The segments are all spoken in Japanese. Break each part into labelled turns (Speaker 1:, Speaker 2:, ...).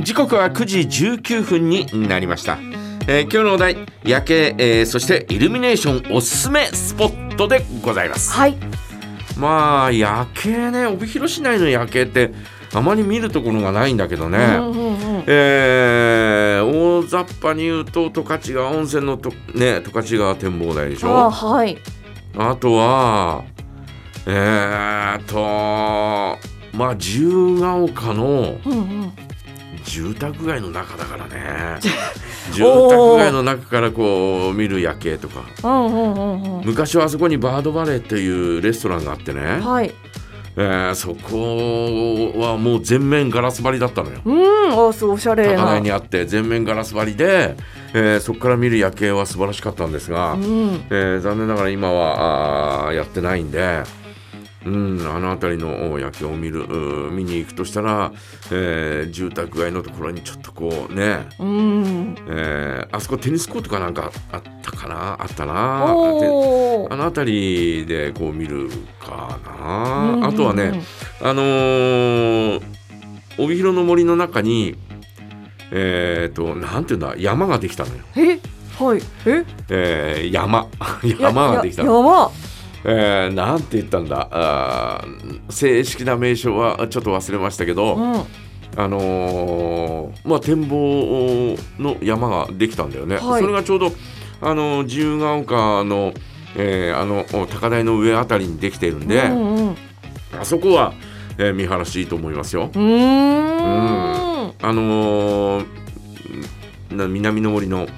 Speaker 1: 時刻は9時19分になりました、えー今日のお題夜景、えーそしてイルミネーションおすすめスポットでございます
Speaker 2: はい
Speaker 1: まあ夜景ね帯広市内の夜景ってあまり見るところがないんだけどね、
Speaker 2: うんうんうん
Speaker 1: えー大雑把に言うと十勝川温泉のと、ね、十勝川展望台でしょ
Speaker 2: あはい
Speaker 1: あとは、えー、と、まあ、自由が丘の
Speaker 2: うんうん
Speaker 1: 住宅街の中だから ね。住
Speaker 2: おー
Speaker 1: 宅街の中からこう見る夜景とか。
Speaker 2: うんうんうんうん
Speaker 1: 昔はあそこにバードバレーっていうレストランがあってね、
Speaker 2: はい
Speaker 1: えーそこはもう全面ガラス張りだったのよ。
Speaker 2: うんあすごいおしゃれ
Speaker 1: 高台
Speaker 2: な
Speaker 1: にあって全面ガラス張りで、えーそこから見る夜景は素晴らしかったんですが、
Speaker 2: うん
Speaker 1: えー残念ながら今はあーやってないんで、うん、あの辺りのお夜景を見るうー見に行くとしたら、えー住宅街のところにちょっとこうね、
Speaker 2: うん
Speaker 1: えーあそこテニスコートかなんかあったかなあったなあ
Speaker 2: おお
Speaker 1: あの辺りでこう見るかな、
Speaker 2: うんうんうん
Speaker 1: あとはねあのー帯広の森の中にえっ、となんていうんだ山ができたのよ、
Speaker 2: えはいえ
Speaker 1: えー山
Speaker 2: や
Speaker 1: 山ができたの
Speaker 2: や山
Speaker 1: えーなんて言ったんだあー正式な名称はちょっと忘れましたけど、
Speaker 2: うん
Speaker 1: あのーまあ、展望の山ができたんだよね、
Speaker 2: はい
Speaker 1: それがちょうど、あのー自由が丘の,、えーあの高台の上あたりにできているんで、
Speaker 2: うんうんう
Speaker 1: あそこは、えー見晴らしいいと思いますよ。
Speaker 2: ーん
Speaker 1: あのーな南の森の、えー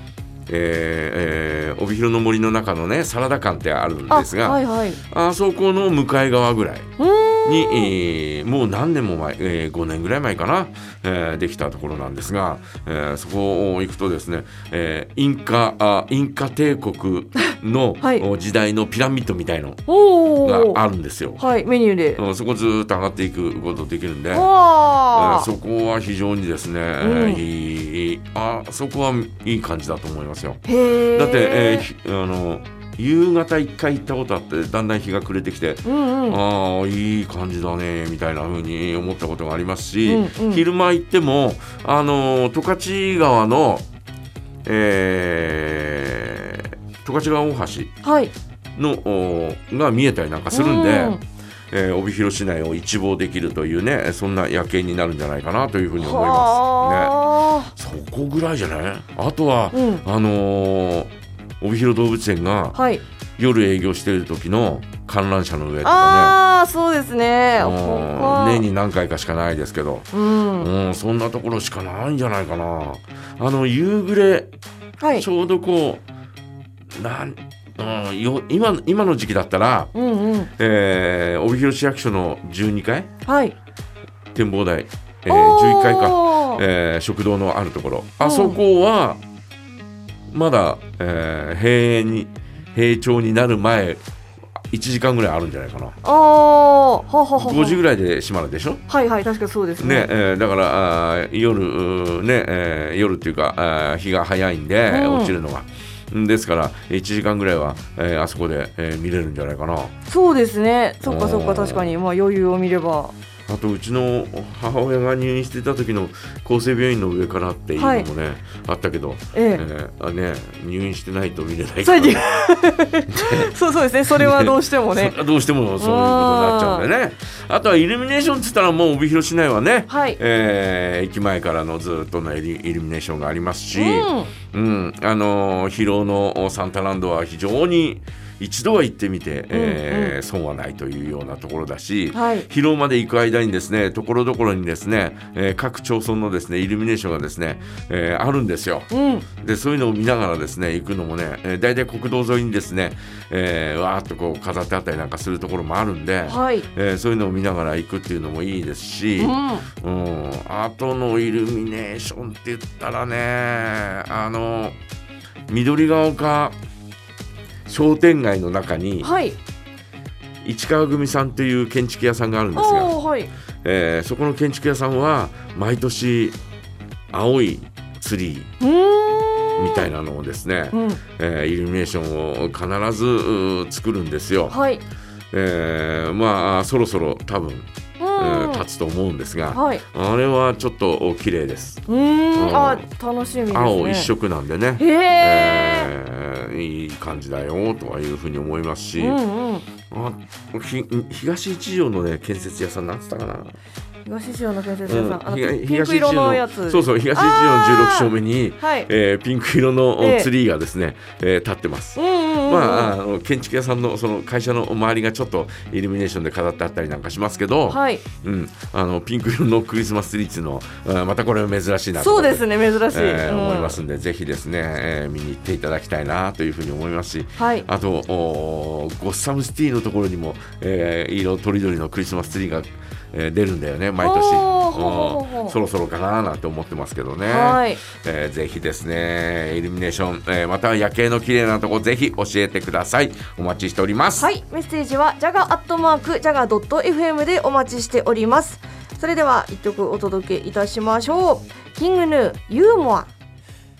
Speaker 1: えー帯広の森の中のねサラダ館ってあるん
Speaker 2: あ
Speaker 1: ですが、
Speaker 2: はいはい
Speaker 1: あそこの向かい側ぐらい。
Speaker 2: うん
Speaker 1: に、えーもう何年も前、え5年ぐらい前かな、えーできたところなんですが、えーそこを行くとですね、えーインカあインカ帝国の、
Speaker 2: はい
Speaker 1: お時代のピラミッドみたいの
Speaker 2: おお
Speaker 1: があるんですよ。
Speaker 2: はいメニューで
Speaker 1: うんそこずーっと上がっていくことできるんで、え
Speaker 2: わ
Speaker 1: ー
Speaker 2: あ
Speaker 1: そこは非常にですね、えー
Speaker 2: うん
Speaker 1: いいあそこはいい感じだと思いますよ。
Speaker 2: へえ
Speaker 1: だって、えーひあの夕方一回行ったことあってだんだん日が暮れてきて
Speaker 2: うん うん
Speaker 1: ああいい感じだねみたいな風に思ったことがありますし、
Speaker 2: うんうん
Speaker 1: 昼間行ってもあの十勝川のえー十勝川大
Speaker 2: はい
Speaker 1: 橋のおが見えたりなんかするんで、
Speaker 2: うん
Speaker 1: えー帯広市内を一望できるというねそんな夜景になるんじゃないかなというふうに思いま
Speaker 2: はあ
Speaker 1: す。ね、そこぐらいじゃないあとは、
Speaker 2: うん
Speaker 1: あのー帯広動物園が
Speaker 2: はい
Speaker 1: 夜営業している時の観覧車の上とかね。
Speaker 2: ああそうですね
Speaker 1: う
Speaker 2: こ
Speaker 1: ん
Speaker 2: こは
Speaker 1: 年に何回かしかないですけど、
Speaker 2: うん
Speaker 1: うん、そんなところしかないんじゃないかなあの夕暮
Speaker 2: は
Speaker 1: れ
Speaker 2: い
Speaker 1: ちょうどこうなん、うん、よ今今の時期だったら、
Speaker 2: うんうん
Speaker 1: えー帯広市役所の12階
Speaker 2: はい
Speaker 1: 展望台、えー
Speaker 2: おー
Speaker 1: 11階か、えー食堂のあるところ
Speaker 2: う
Speaker 1: あ
Speaker 2: ん
Speaker 1: そこはまだ、えー閉園に閉庁になる前1時間ぐらいあるんじゃないかな
Speaker 2: ああはははは
Speaker 1: 5時ぐらいで閉まるでしょ
Speaker 2: はいはい確かそうです
Speaker 1: ね
Speaker 2: ね
Speaker 1: えーだからあー夜うーね、えー夜っていうかあー日が早いんで、
Speaker 2: うん
Speaker 1: 落ちるのがんですから1時間ぐらいは、えーあそこで、えー見れるんじゃないかな
Speaker 2: そうですねそっかそっ
Speaker 1: お
Speaker 2: か
Speaker 1: ー
Speaker 2: 確かにまあ余裕を見れば
Speaker 1: あとうちの母親が入院してた時の厚生病院の上からっていうのもね、あったけど、え
Speaker 2: ええ
Speaker 1: ーあね、入院してないと見れない
Speaker 2: そ
Speaker 1: から
Speaker 2: れ でそうそうですねそれはどうしても
Speaker 1: それ
Speaker 2: ね
Speaker 1: はどうしてもそういうことになっちゃうんだよねあとはイルミネーションっつったらもう帯広市内はね、
Speaker 2: はい
Speaker 1: えー駅前からのずっとのイルイルミネーションがありますし、
Speaker 2: うん
Speaker 1: うん、あのー広尾のサンタランドは非常に一度は行ってみて、えー損はないというようなところだし、
Speaker 2: はい
Speaker 1: 広尾まで行く間にですねところどころにですね、えー各町村のですねイルミネーションがですね、えーあるんですよ。
Speaker 2: うん
Speaker 1: でそういうのを見ながらですね行くのもね、えー、大体国道沿いにですね、えーわーっとこう飾ってあったりなんかするところもあるんで、
Speaker 2: はい
Speaker 1: えーそういうのを見ながら行くっていうのもいいですし。
Speaker 2: うん
Speaker 1: うん、あとのイルミネーションって言ったらねあの緑が丘商店街の中に
Speaker 2: はい
Speaker 1: 市川組さんという建築屋さんがあるん
Speaker 2: あ
Speaker 1: ですが、
Speaker 2: あはい
Speaker 1: えーそこの建築屋さんは毎年青いツリー
Speaker 2: うーん
Speaker 1: みたいなのをですね、
Speaker 2: うん
Speaker 1: えーイルミネーションを必ずうー作るんですよ。
Speaker 2: はい
Speaker 1: えーまあそろそろ多分、えうん立つと思うんですが
Speaker 2: はい。
Speaker 1: あれはちょっと綺麗です
Speaker 2: うーん。あ、楽しみですね。
Speaker 1: 青一。色なんでね、
Speaker 2: へえ。
Speaker 1: えーいい感じだよとはいうふうに思いますし、
Speaker 2: うんうん。
Speaker 1: あひ東一条のね建設屋さんなんつったかな、
Speaker 2: 東市場の建設
Speaker 1: う
Speaker 2: 屋
Speaker 1: ん
Speaker 2: さん、あの
Speaker 1: ひが
Speaker 2: ピンク色のやつ。
Speaker 1: そうそう東一条の16丁目に、
Speaker 2: はい。
Speaker 1: えーピンク色の
Speaker 2: ええ
Speaker 1: ツリーがですね、えー立ってます
Speaker 2: う。んうんうん。
Speaker 1: まあ、あ
Speaker 2: あ。
Speaker 1: の建築屋さんのその会社の周りがちょっとイルミネーションで飾ってあったりなんかしますけど、
Speaker 2: はい。
Speaker 1: うん、あのピンク色のクリスマスツリーっていうのはまたこれは珍しいなと
Speaker 2: そ
Speaker 1: 思
Speaker 2: う
Speaker 1: って
Speaker 2: ですね、珍しい。
Speaker 1: えー
Speaker 2: うん
Speaker 1: 思いますんでぜひですね、えー見に行っていただきたいなというふうに思いますし
Speaker 2: はい。
Speaker 1: あとおーゴッサムシティのところにも、えー色とりどりのクリスマスツリーが、えー出るんだよね毎年
Speaker 2: おーほうほうほう
Speaker 1: うんそろそろかなーなんて思ってますけどね、
Speaker 2: はい。
Speaker 1: えーぜひですねイルミネーション、えーまたは夜景の綺麗なとこぜひ教えてくださいお待ちしております、
Speaker 2: はい、メッセージはジャガアットマークジャガドット FM でお待ちしております。それでは一曲お届けいたしましょう。キングヌーユーモア。